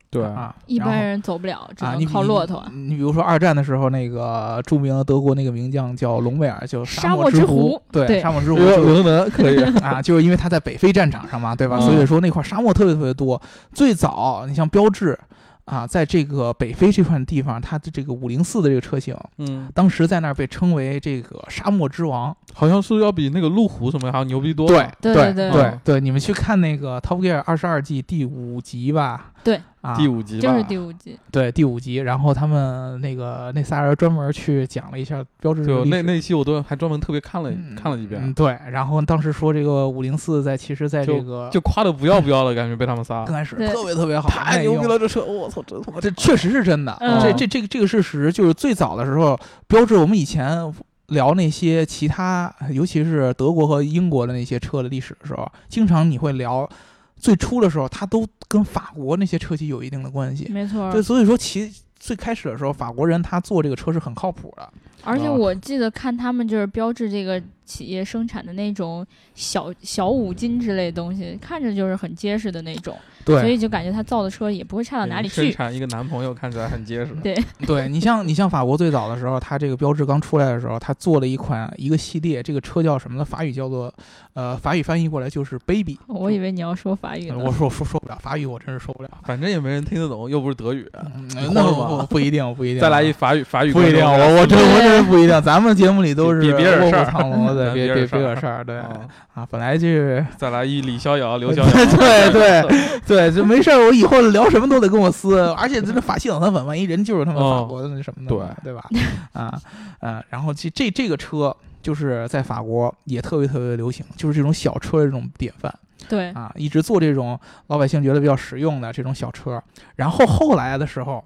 Speaker 3: 对
Speaker 2: 啊，
Speaker 1: 一
Speaker 2: 然后
Speaker 1: 般人走不了，只
Speaker 2: 啊，
Speaker 1: 能
Speaker 2: 你
Speaker 1: 靠
Speaker 2: 比
Speaker 1: 骆驼。
Speaker 2: 你比如说二战的时候，那个著名的德国那个名将叫隆美尔，就
Speaker 1: 沙
Speaker 2: 漠
Speaker 1: 漠之
Speaker 2: 狐
Speaker 1: 狐，对
Speaker 2: 沙漠之狐
Speaker 3: 俄
Speaker 2: 就是
Speaker 3: 俄文 可以，
Speaker 2: 啊，就是因为他在北非战场上嘛，对吧？
Speaker 1: 嗯
Speaker 2: 所以说那块沙漠特别特别多。最早你像标志啊，在这个北非这块地方，它的这个五零四的这个车型，
Speaker 3: 嗯，
Speaker 2: 当时在那儿被称为这个沙漠之王。
Speaker 3: 好像是要比那个路虎什么还要牛逼多了，
Speaker 2: 对
Speaker 1: 对
Speaker 2: 对
Speaker 1: 对
Speaker 3: 嗯
Speaker 2: 对对，你们去看那个《Top Gear》二十二季第五集吧。
Speaker 1: 对
Speaker 2: 啊，
Speaker 3: 第五集吧，
Speaker 1: 就是第五季，
Speaker 2: 对第五集，然后他们那个那仨人专门去讲了一下标志这个
Speaker 3: 对，
Speaker 2: 历
Speaker 3: 那
Speaker 2: 史
Speaker 3: 那期我都还专门特别看了
Speaker 2: 嗯
Speaker 3: 看了一遍
Speaker 2: 嗯，，对，然后当时说这个五零四在其实在这个
Speaker 3: 就夸的不要不要的感觉，被他们仨
Speaker 2: 刚开始
Speaker 1: 对
Speaker 2: 特别特别好，
Speaker 3: 太牛逼
Speaker 2: 了，
Speaker 3: 了，这车，我操，真他妈
Speaker 2: 这确实是真的，
Speaker 1: 嗯
Speaker 2: 这这这个这个事实就是最早的时候，标志我们以前。聊那些其他，尤其是德国和英国的那些车的历史的时候，经常你会聊，最初的时候，它都跟法国那些车企有一定的关系。
Speaker 1: 没错儿
Speaker 2: 对，。所以说其最开始的时候，法国人他做这个车是很靠谱的。
Speaker 1: 而
Speaker 2: 哦
Speaker 1: 且
Speaker 3: 啊
Speaker 1: 我记得看他们就是标志这个企业生产的那种小小五金之类的东西，看着就是很结实的那种，所
Speaker 2: 对
Speaker 1: 以就感觉他造的车也不会差到哪里
Speaker 3: 生
Speaker 1: 去。
Speaker 3: 产一个男朋友看起来很结实。
Speaker 2: 嗯 对，你像你像法国最早的时候，它这个标志刚出来的时候，它做了一款一个系列，这个车叫什么呢？法语叫做呃，法语翻译过来就是 baby。
Speaker 1: 我以为你要说法
Speaker 3: 嗯
Speaker 1: 语呢，
Speaker 2: 哎我说我说受不了法语，我真是受不了。
Speaker 3: 反正也没人听得懂，又不是德语。
Speaker 2: 嗯
Speaker 3: 你
Speaker 2: 那
Speaker 3: 慌了
Speaker 2: 我
Speaker 3: 吗
Speaker 2: 我不一定，我不一定。
Speaker 3: 再来一法语，法语
Speaker 2: 啊不一定，啊
Speaker 3: 观众
Speaker 2: 我我真我
Speaker 1: 对
Speaker 2: 真是不一定。咱们节目里都是
Speaker 3: 比比别人
Speaker 2: 卧
Speaker 3: 事
Speaker 2: 虎
Speaker 3: 儿
Speaker 2: 藏龙的，
Speaker 3: 咱
Speaker 2: 别别
Speaker 3: 别人
Speaker 2: 别
Speaker 3: 事儿
Speaker 2: 惹事儿。对
Speaker 3: 啊
Speaker 2: 啊，本来就是
Speaker 3: 再来一李 逍遥、刘逍遥。
Speaker 2: 对对对，就没事儿。我以后聊什么都得跟我 撕，而且这是法系冷餐粉，万一人就是他们法
Speaker 3: 哦
Speaker 2: 国的那什么的嘛，对吧？啊呃，然后这这这个车就是在法国也特别特别流行，就是这种小车的这种典范
Speaker 1: 对，
Speaker 2: 啊，一直做这种老百姓觉得比较实用的这种小车。然后后来的时候，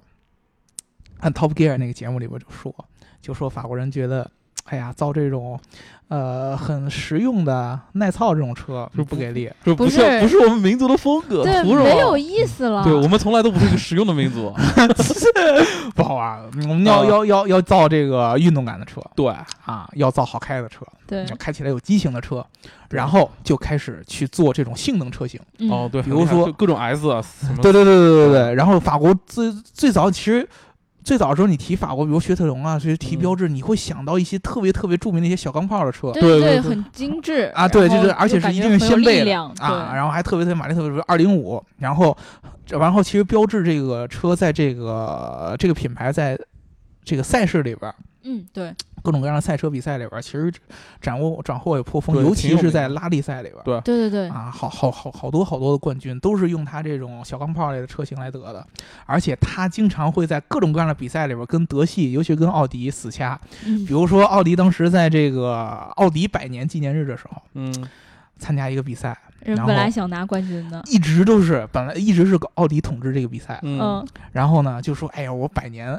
Speaker 2: 看 Top Gear 那个节目里边就说，就说法国人觉得。哎呀，造这种，呃，很实用的耐操这种车
Speaker 3: 就
Speaker 2: 不
Speaker 3: 不
Speaker 2: 给力，
Speaker 3: 这
Speaker 1: 不
Speaker 3: 不
Speaker 1: 是
Speaker 3: 像不是我们民族的风格，
Speaker 1: 对，
Speaker 3: 图什
Speaker 1: 没有
Speaker 3: 么？
Speaker 1: 意思啊了。
Speaker 3: 对我们从来都不是一个实用的 民族。
Speaker 2: 不好玩儿。我
Speaker 1: 嗯
Speaker 2: 们要、
Speaker 3: 啊
Speaker 2: 要要要造这个运动感的车
Speaker 3: 对，
Speaker 2: 啊，要造好开的车，
Speaker 1: 对
Speaker 2: 要开起来有激情的车，然后就开始去做这种性能车型。
Speaker 1: 嗯
Speaker 3: 哦对，
Speaker 2: 比如说
Speaker 3: 就各种 S 啊什么，
Speaker 2: 对对对对对嗯对。然后法国最最早其实。最早的时候，你提法国，比如雪铁龙啊，其实提标志，你会想到一些特别特别著名的一些小钢炮的车
Speaker 1: 嗯对
Speaker 3: 对对对
Speaker 1: 很精致
Speaker 2: 啊，对，
Speaker 1: 然
Speaker 2: 就
Speaker 1: 后
Speaker 2: 是而且
Speaker 1: 又
Speaker 2: 是
Speaker 1: 感
Speaker 2: 一
Speaker 1: 觉
Speaker 2: 定是
Speaker 1: 很有
Speaker 2: 掀背
Speaker 1: 力
Speaker 2: 的
Speaker 1: 量
Speaker 2: 啊，然后还特别特别马力特别，比如二零五，然后，这然后其实标志这个车在这个这个品牌在这个赛事里边，
Speaker 1: 对，嗯，对，
Speaker 2: 各种各样的赛车比赛里边儿，其实斩获斩获也颇丰，
Speaker 3: 对
Speaker 2: 尤
Speaker 3: 挺
Speaker 2: 其
Speaker 3: 有
Speaker 2: 是
Speaker 3: 名
Speaker 2: 在拉力赛里边儿。
Speaker 3: 对
Speaker 1: 对对对，
Speaker 2: 啊，好好好好多好多的冠军都是用他这种小钢炮类的车型来得的，而且他经常会在各种各样的比赛里边儿跟德系，尤其跟奥迪死掐。
Speaker 1: 嗯
Speaker 2: 比如说，奥迪当时在这个奥迪百年纪念日的时候
Speaker 3: 嗯，
Speaker 2: 参加一个比赛，
Speaker 1: 人
Speaker 2: 然
Speaker 1: 本来
Speaker 2: 后
Speaker 1: 想拿冠军 的，
Speaker 2: 一直都是本来一直是奥迪统治这个比赛，
Speaker 3: 嗯
Speaker 1: 嗯，
Speaker 2: 然后呢就说，哎呀，我百年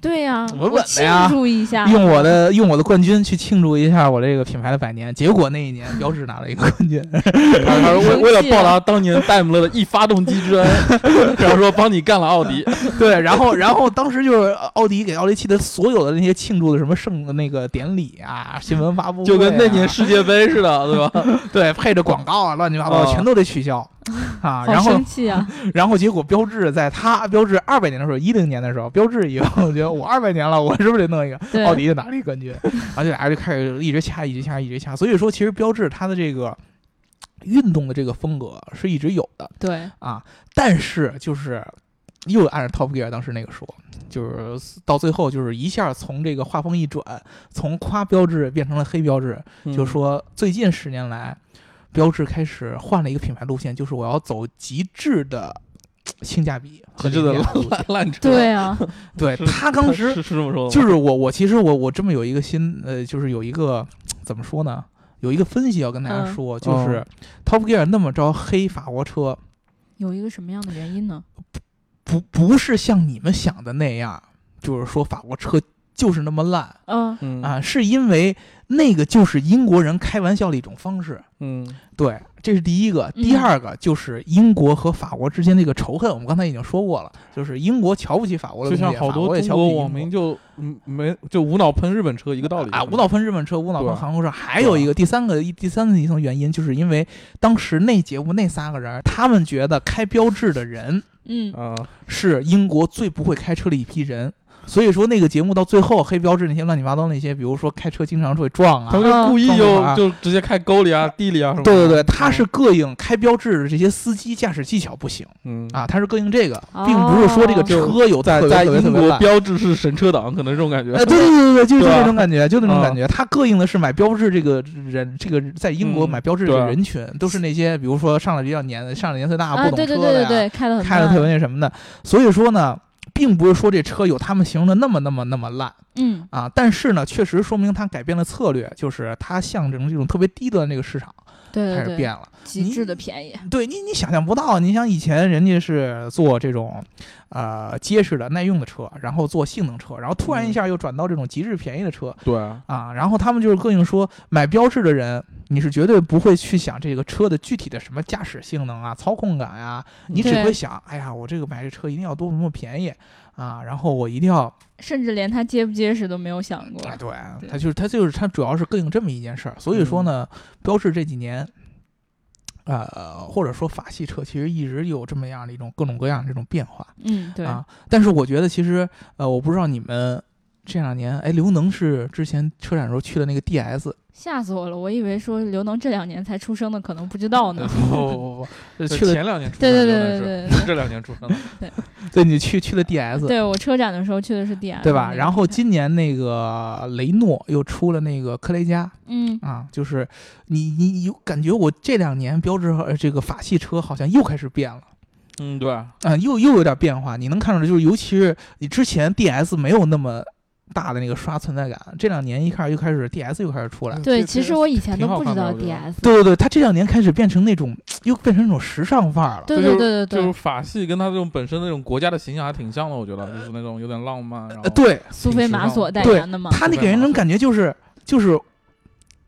Speaker 1: 对呀，
Speaker 2: 我
Speaker 1: 我
Speaker 2: 稳了
Speaker 1: 庆
Speaker 2: 呀
Speaker 1: 祝一下，
Speaker 2: 用我的用我的冠军去庆祝一下我这个品牌的百年。结果那一年标志拿了一个冠军，
Speaker 3: 他说为
Speaker 1: 生
Speaker 3: 为了
Speaker 1: 气啊
Speaker 3: 报
Speaker 1: 了
Speaker 3: 答当年戴姆勒的一发动机之恩， 然后说帮你干了奥迪，
Speaker 1: 啊
Speaker 2: 对，然后然后当时就是呃奥迪给奥迪汽的所有的那些庆祝的什么盛那个典礼啊、新闻发布会啊、
Speaker 3: 就跟那年世界杯似的，对吧？
Speaker 2: 对配着广告啊、乱七八糟
Speaker 3: 哦
Speaker 2: 全都得 取消啊。
Speaker 1: 好
Speaker 2: 然后
Speaker 1: 生气啊！
Speaker 2: 然后结果标志在他标志二百年的时候，一零年的时候，标志以后我觉得我二百年了，我是不是得弄一个？
Speaker 1: 对，
Speaker 2: 奥迪就拿了一冠军，然后就俩人就开始一直掐，一直掐，一直掐。所以说，其实标志它的这个运动的这个风格是一直有的。
Speaker 1: 对，
Speaker 2: 啊，但是就是又按照 Top Gear 当时那个说，就是到最后就是一下从这个画风一转，从夸标志变成了黑标志，
Speaker 3: 嗯
Speaker 2: 就说最近十年来，标志开始换了一个品牌路线，就是我要走极致的。性价比和
Speaker 3: 极致的
Speaker 2: 廉价路线
Speaker 3: 烂烂车，
Speaker 1: 对啊，
Speaker 2: 对
Speaker 3: 是
Speaker 2: 他
Speaker 3: 他
Speaker 2: 当时
Speaker 3: 是是这么说的吗，
Speaker 2: 就是我我其实我我这么有一个新呃，就是有一个怎么说呢，有一个分析要跟大家
Speaker 1: 嗯
Speaker 2: 说，就是
Speaker 3: 哦
Speaker 2: Top Gear 那么着黑法国车，
Speaker 1: 有一个什么样的原因呢？
Speaker 2: 不不是像你们想的那样，就是说法国车就是那么烂
Speaker 1: 嗯，
Speaker 3: 嗯
Speaker 2: 啊，是因为那个就是英国人开玩笑的一种方式。
Speaker 3: 嗯
Speaker 2: 对，这是第一个。
Speaker 1: 嗯
Speaker 2: 第二个就是英国和法国之间那个仇恨，我们刚才已经说过了，就是英国瞧不起法国的
Speaker 3: 就
Speaker 2: 东西，
Speaker 3: 像好
Speaker 2: 法国
Speaker 3: 多
Speaker 2: 也
Speaker 3: 中
Speaker 2: 瞧不起
Speaker 3: 国
Speaker 2: 英
Speaker 3: 网民就嗯没就无脑喷日本车一个道理
Speaker 2: 啊，无脑喷日本车，无脑
Speaker 3: 对
Speaker 2: 喷
Speaker 3: 啊
Speaker 2: 韩国车。还有一个第三个一第三个一层原因，就是因为当时那节目那仨个人，他们觉得开标志的人
Speaker 1: 嗯，
Speaker 3: 啊，
Speaker 2: 是英国最不会开车的一批人。所以说那个节目到最后，黑标志那些乱七八糟那些，比如说开车经常会撞
Speaker 3: 他
Speaker 2: 啊
Speaker 3: 们，就故意
Speaker 2: 啊
Speaker 3: 就就直接开沟里啊、地里啊什么的。
Speaker 2: 对对对，他是膈应开标志的这些司机驾驶技巧不行
Speaker 3: 嗯
Speaker 2: 啊，他是�膈应这个，
Speaker 1: 哦
Speaker 2: 并不是说这个车有
Speaker 3: 在
Speaker 2: 特别
Speaker 3: 在
Speaker 2: 特别特
Speaker 3: 英
Speaker 2: 别
Speaker 3: 国
Speaker 2: 烂
Speaker 3: 标志是神车党，可能这种感觉。
Speaker 2: 哎，对对对对，嗯就是
Speaker 3: 对吧
Speaker 2: 那种感觉，就那种感觉。他膈应的是买标志这个人，这个在英国
Speaker 3: 嗯
Speaker 2: 买标志这个人群，都是那些比如说上了比较年上了年岁大
Speaker 1: 啊，
Speaker 2: 不
Speaker 1: 对对
Speaker 2: 懂车
Speaker 1: 对
Speaker 2: 的
Speaker 1: 对
Speaker 2: 呀，
Speaker 1: 对，开的很
Speaker 2: 开的
Speaker 1: 慢
Speaker 2: 特别那什么的。所以说呢，并不是说这车有他们形容的那么那么那么烂。
Speaker 1: 嗯，
Speaker 2: 啊，但是呢，确实说明他改变了策略，就是他象征这种特别低端这个市场
Speaker 1: 对
Speaker 2: 开
Speaker 1: 对
Speaker 2: 始
Speaker 1: 对，
Speaker 2: 变了。
Speaker 1: 极致的便宜，
Speaker 2: 对你，你想象不到，你像以前人家是做这种，呃，结实的耐用的车，然后做性能车，然后突然一
Speaker 3: 嗯
Speaker 2: 下又转到这种极致便宜的车
Speaker 3: 对
Speaker 2: 啊，然后他们就是膈应说，买标志的人，你是绝对不会去想这个车的具体的什么驾驶性能啊、操控感啊，你只
Speaker 1: 对
Speaker 2: 会想，哎呀，我这个买这车一定要多么多么便宜啊，然后我一定要
Speaker 1: 甚至连他结不结实都没有想过。
Speaker 2: 哎，对，
Speaker 1: 对嗯
Speaker 2: 他就是他就是他主要是膈应这么一件事儿，所以说呢，标志这几年。呃，或者说法系车，其实一直有这么样的一种各种各样的这种变化
Speaker 1: 嗯，对，
Speaker 2: 啊。但是我觉得其实呃，我不知道你们这两年，哎，刘能是之前车展时候去的那个 DS，
Speaker 1: 吓死我了，我以为说刘能这两年才出生的，可能不知道
Speaker 3: 不
Speaker 1: 呢。
Speaker 3: 不
Speaker 1: 哦
Speaker 3: 不
Speaker 2: 呃
Speaker 3: 不，
Speaker 2: 去了
Speaker 3: 前两年出
Speaker 1: 对
Speaker 3: 生
Speaker 1: 对
Speaker 3: 的
Speaker 1: 对
Speaker 3: 那
Speaker 1: 对
Speaker 3: 是，
Speaker 1: 对
Speaker 3: 这两年出生的，
Speaker 2: 对你去去了 DS，
Speaker 1: 对，对我车展的时候去的是 DS，
Speaker 2: 对吧？
Speaker 1: 那个
Speaker 2: 然后
Speaker 1: 平台
Speaker 2: 今年那个雷诺又出了那个科雷嘉
Speaker 1: 嗯，
Speaker 2: 啊，就是你你有感觉我这两年标志和呃这个法系车好像又开始变了。
Speaker 3: 嗯，对，
Speaker 2: 啊、又又有点变化，你能看出来，就是尤其是你之前 DS 没有那么大的那个刷存在感，这两年一开始又开始 DS 又开始出来，
Speaker 1: 对，
Speaker 3: 这
Speaker 1: 其实
Speaker 3: 这
Speaker 1: 我以前都
Speaker 3: 挺好
Speaker 1: 不知
Speaker 3: 看的
Speaker 1: 道
Speaker 3: 我觉得
Speaker 1: DS，
Speaker 2: 对对对，它这两年开始变成那种又变成那种时尚范儿了，
Speaker 1: 对
Speaker 3: 这
Speaker 1: 对
Speaker 3: 就
Speaker 1: 对对
Speaker 3: 就是
Speaker 1: 对，
Speaker 3: 法系跟他这种本身那种国家的形象还挺像的，我觉得就是那种有点浪漫，然后
Speaker 2: 呃，对
Speaker 1: 苏菲玛索代
Speaker 2: 对
Speaker 1: 言的嘛，
Speaker 2: 它那给人那种感觉就是就是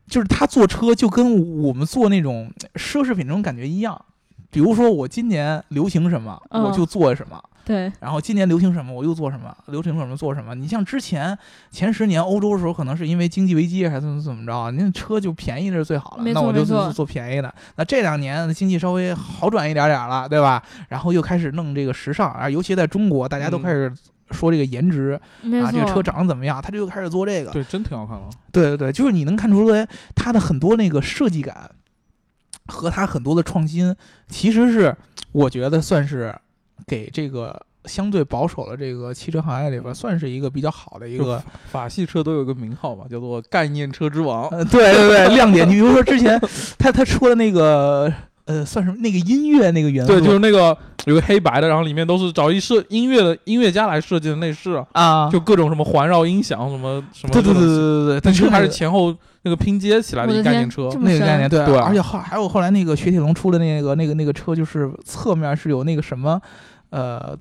Speaker 2: 就是他坐车就跟我们坐那种奢侈品那种感觉一样，比如说我今年流行什么，
Speaker 1: 嗯
Speaker 2: 我就做什么。
Speaker 1: 对，
Speaker 2: 然后今年流行什么我又做什么，流行什么做什么。你像之前前十年欧洲的时候，可能是因为经济危机还是怎么怎么着啊，那车就便宜的是最好了
Speaker 1: 没，
Speaker 2: 那
Speaker 1: 错
Speaker 2: 我就
Speaker 1: 没错
Speaker 2: 做做便宜的。那这两年经济稍微好转一点点了，对吧？然后又开始弄这个时尚啊，尤其在中国，大家都
Speaker 3: 嗯
Speaker 2: 开始。说这个颜值
Speaker 1: 没
Speaker 2: 啊，
Speaker 1: 错，
Speaker 2: 这个车长得怎么样？他就开始做这个，
Speaker 3: 对，真挺好看的。
Speaker 2: 对对对，就是你能看出来它的很多那个设计感和它很多的创新，其实是我觉得算是给这个相对保守的这个汽车行业里边算是一个比较好的一
Speaker 3: 就
Speaker 2: 个
Speaker 3: 法系车都有个名号嘛，叫做概念车之王。
Speaker 2: 呃，对对对，亮点。你比如说之前他他出了那个呃，算是那个音乐那个元素，
Speaker 3: 对，就是那个有个黑白的，然后里面都是找一设音乐的音乐家来设计的内饰，
Speaker 2: 啊，
Speaker 3: 就各种什么环绕音响，什么什么。
Speaker 2: 对对对对，对对，
Speaker 3: 那
Speaker 2: 但
Speaker 3: 车
Speaker 2: 是
Speaker 3: 还是前后那个拼接起来
Speaker 1: 我
Speaker 3: 的
Speaker 1: 的
Speaker 3: 概
Speaker 1: 天，
Speaker 3: 念车。
Speaker 1: 这么
Speaker 2: 那个
Speaker 1: 深
Speaker 2: 概念，对啊，
Speaker 3: 对啊
Speaker 2: 而且后还有后来那个雪铁龙出的那个那个那个车，就是侧面是有那个什么，呃，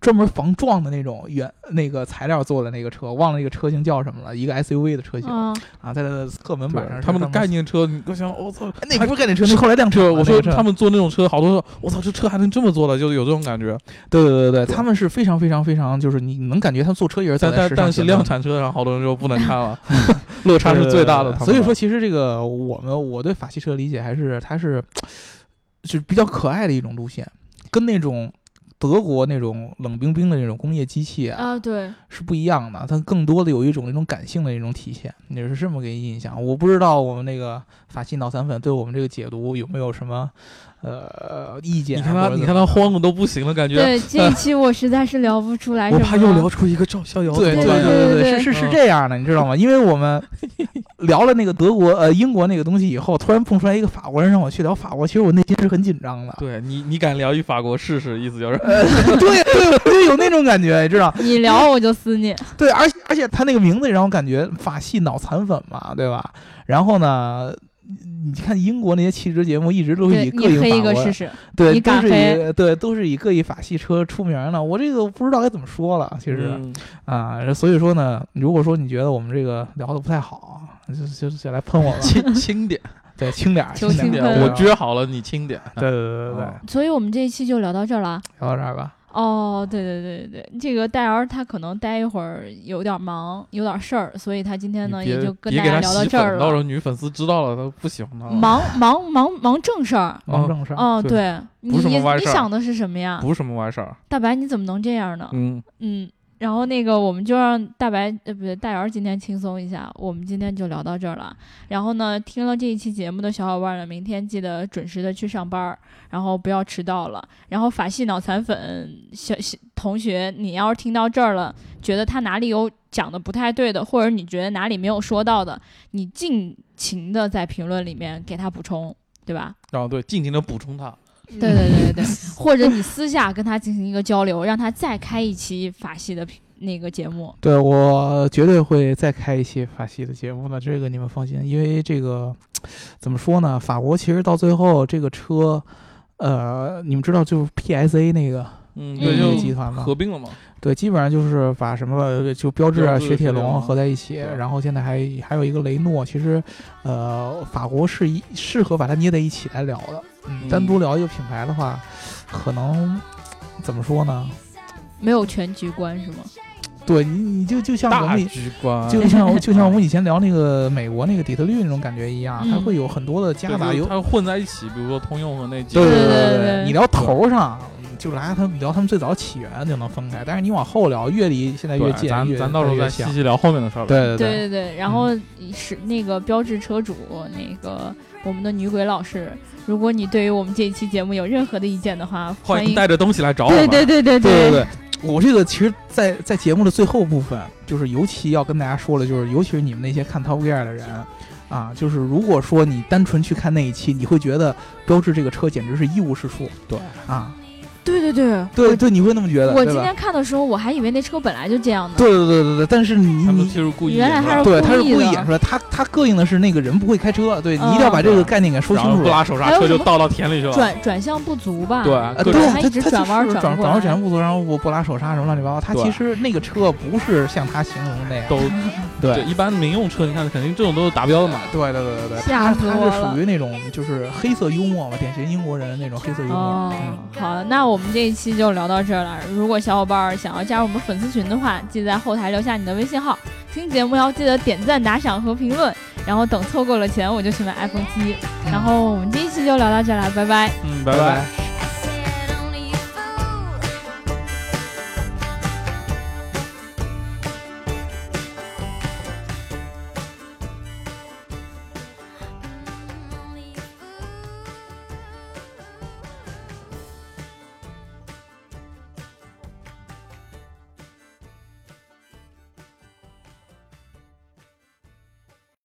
Speaker 2: 专门防撞的那种原那个材料做的那个车，忘了那个车型叫什么了，一个 SUV 的车型、
Speaker 1: 啊，
Speaker 2: 啊，在它的侧门板上
Speaker 3: 对，
Speaker 2: 是
Speaker 3: 他们的
Speaker 2: 专门
Speaker 3: 概念车，你我想，我操，
Speaker 2: 哎那个不是概念车，那后来辆车，
Speaker 3: 车，我说他
Speaker 2: 们
Speaker 3: 们做那种车，好多说，我操，这车还能这么做的，就是有这种感觉。
Speaker 2: 对对对对，
Speaker 3: 对
Speaker 2: 他们是非常非常非常，就是你你能感觉他们坐车也是走在
Speaker 3: 但但
Speaker 2: 时尚
Speaker 3: 但是
Speaker 2: 前端
Speaker 3: 量产车上，好多人就 不能看了，落差是
Speaker 2: 对
Speaker 3: 最大的。他们
Speaker 2: 所以
Speaker 3: 的
Speaker 2: 说，其实这个我们我对法系车的理解还是它是就是比较可爱的一种路线，跟那种德国那种冷冰冰的那种工业机器啊
Speaker 1: 啊，对，
Speaker 2: 是不一样的，它更多的有一种那种感性的一种体现，也是这么个印象。我不知道我们那个法系脑残粉对我们这个解读有没有什么呃意见
Speaker 3: 你
Speaker 2: 啊？
Speaker 3: 看他，
Speaker 2: 或者
Speaker 3: 你
Speaker 2: 怎
Speaker 3: 看
Speaker 2: 么
Speaker 3: 他慌的都不行了，感觉。
Speaker 1: 对这一期我实在是聊不出来什
Speaker 3: 我
Speaker 1: 么了，
Speaker 3: 怕又聊出一个赵逍遥怎么
Speaker 2: 对
Speaker 1: 对
Speaker 2: 对
Speaker 3: 办。
Speaker 1: 对
Speaker 2: 对
Speaker 1: 对
Speaker 2: 是是是
Speaker 3: 嗯
Speaker 2: 这样的，你知道吗？因为我们聊了那个德国呃英国那个东西以后，突然蹦出来一个法国人让我去聊法国，其实我内心是很紧张的。呃
Speaker 3: 对你，你敢聊一法国试试？意思
Speaker 2: 嗯
Speaker 3: 就是，
Speaker 2: 对对，我就有那种感觉，你知道？
Speaker 1: 你聊我就撕你，
Speaker 2: 对，而且而且他那个名字也让我感觉法系脑残粉嘛，对吧？然后呢？你看英国那些汽车节目一直都是以
Speaker 1: 对
Speaker 2: 各
Speaker 1: 你黑
Speaker 2: 一
Speaker 1: 一
Speaker 2: 法
Speaker 1: 个
Speaker 2: 国
Speaker 1: 试试，
Speaker 2: 对，
Speaker 1: 你
Speaker 2: 都
Speaker 1: 敢
Speaker 2: 是
Speaker 1: 黑
Speaker 2: 以对都是以各一法系车出名的。我这个不知道该怎么说了，其实、
Speaker 3: 嗯
Speaker 2: 啊，所以说呢，如果说你觉得我们这个聊的不太好，就就就来喷我 吧，
Speaker 3: 轻轻点，
Speaker 2: 对，轻点儿，
Speaker 1: 求
Speaker 2: 轻
Speaker 1: 轻
Speaker 2: 点
Speaker 3: 点，
Speaker 2: 儿，
Speaker 1: 对
Speaker 3: 我
Speaker 2: 我撅，
Speaker 3: 撅好了，你轻点。
Speaker 2: 对对对对对，
Speaker 3: 哦
Speaker 1: 所以我们这一期就聊到这儿了。啊
Speaker 2: 聊到这儿吧，
Speaker 1: 哦，对对对对对，这个戴儿他可能待一会儿有点忙，有点事儿，所以他今天
Speaker 3: 你
Speaker 1: 呢
Speaker 3: 别
Speaker 1: 也就跟
Speaker 3: 别
Speaker 1: 大
Speaker 3: 给
Speaker 1: 家
Speaker 3: 他
Speaker 1: 聊到
Speaker 3: 洗
Speaker 1: 这儿
Speaker 3: 粉，到时
Speaker 1: 了
Speaker 3: 候。女粉丝知道了，她不喜欢他了。
Speaker 1: 忙忙忙忙正事儿，
Speaker 2: 忙
Speaker 3: 嗯
Speaker 2: 正事儿。
Speaker 1: 哦，
Speaker 3: 对
Speaker 1: 对，你
Speaker 3: 不是什么歪
Speaker 1: 你
Speaker 3: 事儿
Speaker 1: 想的是什么呀？
Speaker 3: 不是什么歪事儿。
Speaker 1: 大白，你怎么能这样呢？
Speaker 3: 嗯，
Speaker 1: 嗯，然后那个我们就让大白呃不对，大姚今天轻松一下，我们今天就聊到这儿了。然后呢，听了这一期节目的小伙伴呢，明天记得准时的去上班儿，然后不要迟到了。然后法系脑残粉小小同学，你要是听到这儿了，觉得他哪里有讲的不太对的，或者你觉得哪里没有说到的，你尽情的在评论里面给他补充，对吧？
Speaker 3: 然后对，尽情的补充他。
Speaker 1: 对对对对对，或者你私下跟他进行一个交流，让他再开一期法系的频那个节目。
Speaker 2: 对我绝对会再开一期法系的节目的，这个你们放心，因为这个怎么说呢？法国其实到最后这个车，呃，你们知道就是 PSA 那个
Speaker 3: 嗯，
Speaker 2: 那
Speaker 3: 对，
Speaker 2: 个
Speaker 1: 嗯
Speaker 2: 集
Speaker 3: 就
Speaker 2: 团吗？
Speaker 3: 合并了嘛。
Speaker 2: 对，基本上就是把什么就标志啊、
Speaker 3: 标志
Speaker 2: 雪铁
Speaker 3: 雪铁
Speaker 2: 龙
Speaker 3: 龙
Speaker 2: 合在一起，
Speaker 3: 对
Speaker 2: 然后现在还还有一个雷诺。其实，呃，法国是一适合把它捏在一起来聊的。嗯，
Speaker 3: 嗯
Speaker 2: 单独聊一个品牌的话，可能怎么说呢？
Speaker 1: 没有全局观是吗？
Speaker 2: 对你你就就像我
Speaker 3: 大
Speaker 2: 们以
Speaker 3: 局观，
Speaker 2: 就像就 像我们以前聊那个美国那个底特律那种感觉一样，
Speaker 1: 嗯
Speaker 2: 它会有很多的夹
Speaker 3: 对
Speaker 2: 杂
Speaker 3: 就是
Speaker 2: 有
Speaker 3: 它混在一起，比如说通用和那几
Speaker 2: 对
Speaker 3: 个
Speaker 1: 对
Speaker 2: 对
Speaker 1: 对对
Speaker 2: 你聊头上就来他们聊他们最早起源就能分开，但是你往后聊越离现在越
Speaker 3: 对
Speaker 2: 近，
Speaker 3: 咱
Speaker 2: 越
Speaker 3: 咱到时候
Speaker 2: 越
Speaker 3: 再细
Speaker 2: 像
Speaker 3: 细聊后面的事儿吧。
Speaker 2: 对对嗯
Speaker 1: 对对对，然后是那个标志车主，那个我们的女鬼老师，如果你对于我们这一期节目有任何的意见的话，
Speaker 3: 欢
Speaker 1: 欢
Speaker 3: 迎
Speaker 1: 迎。
Speaker 3: 带着东西来找我
Speaker 1: 对
Speaker 3: 们。
Speaker 1: 对对对
Speaker 2: 对对对，我这个其实在，在节目的最后部分，就是尤其要跟大家说了，就是尤其是你们那些看 Top Gear 的人啊，就是如果说你单纯去看那一期，你会觉得标志这个车简直是一无是处。
Speaker 3: 对
Speaker 2: 啊，
Speaker 1: 对对对
Speaker 2: 对对，你会那么觉得，
Speaker 1: 我
Speaker 2: 对
Speaker 1: 今
Speaker 2: 吧？
Speaker 1: 天看的时候，我还以为那车本来就这样呢。
Speaker 2: 对对对对对，但是你
Speaker 3: 他们
Speaker 2: 你
Speaker 3: 其实故意
Speaker 1: 原来
Speaker 3: 演出
Speaker 1: 他
Speaker 3: 来
Speaker 1: 是
Speaker 2: 对
Speaker 3: 的
Speaker 2: 他是
Speaker 1: 故
Speaker 2: 故
Speaker 1: 意
Speaker 2: 意
Speaker 1: 的
Speaker 2: 演出来，他他膈应的是那个人不会开车，对你一定要把
Speaker 1: 嗯
Speaker 2: 这个概念给说
Speaker 3: 然
Speaker 2: 清
Speaker 3: 后
Speaker 2: 楚
Speaker 3: 不
Speaker 2: 了。
Speaker 3: 拉手
Speaker 1: 还
Speaker 3: 刹
Speaker 1: 有
Speaker 3: 车
Speaker 1: 什
Speaker 3: 就
Speaker 1: 么
Speaker 3: 到到田里去了。
Speaker 1: 转转向不足吧？
Speaker 3: 对啊
Speaker 2: 呃，
Speaker 3: 各
Speaker 2: 对，
Speaker 3: 种
Speaker 1: 他
Speaker 2: 他
Speaker 1: 一直
Speaker 2: 他
Speaker 1: 转弯
Speaker 2: 就是
Speaker 1: 转
Speaker 2: 转
Speaker 1: 不
Speaker 2: 转
Speaker 1: 过
Speaker 2: 弯转
Speaker 1: 来
Speaker 2: 弯不足，然后我不拉手刹什么乱七八糟。他
Speaker 3: 对
Speaker 2: 其实那个车不是像他形容的那样，
Speaker 3: 都
Speaker 2: 对
Speaker 3: 对，一般民用车你看肯定这种都是达标的嘛。
Speaker 2: 对对对对对，
Speaker 1: 吓
Speaker 2: 他
Speaker 1: 死
Speaker 2: 他
Speaker 1: 我
Speaker 2: 是
Speaker 1: 了
Speaker 2: 属于那种就是黑色幽默嘛，典型英国人那种黑色幽默。
Speaker 1: 哦
Speaker 2: 嗯，
Speaker 1: 好，那我们这一期就聊到这儿了。如果小伙伴儿想要加入我们粉丝群的话，记得在后台留下你的微信号。听节目要记得点赞、打赏和评论，然后等凑够了钱我就去买 iPhone 七。然后我们这一期就聊到这儿了，拜拜。
Speaker 3: 嗯，
Speaker 2: 嗯拜
Speaker 3: 拜。
Speaker 2: 拜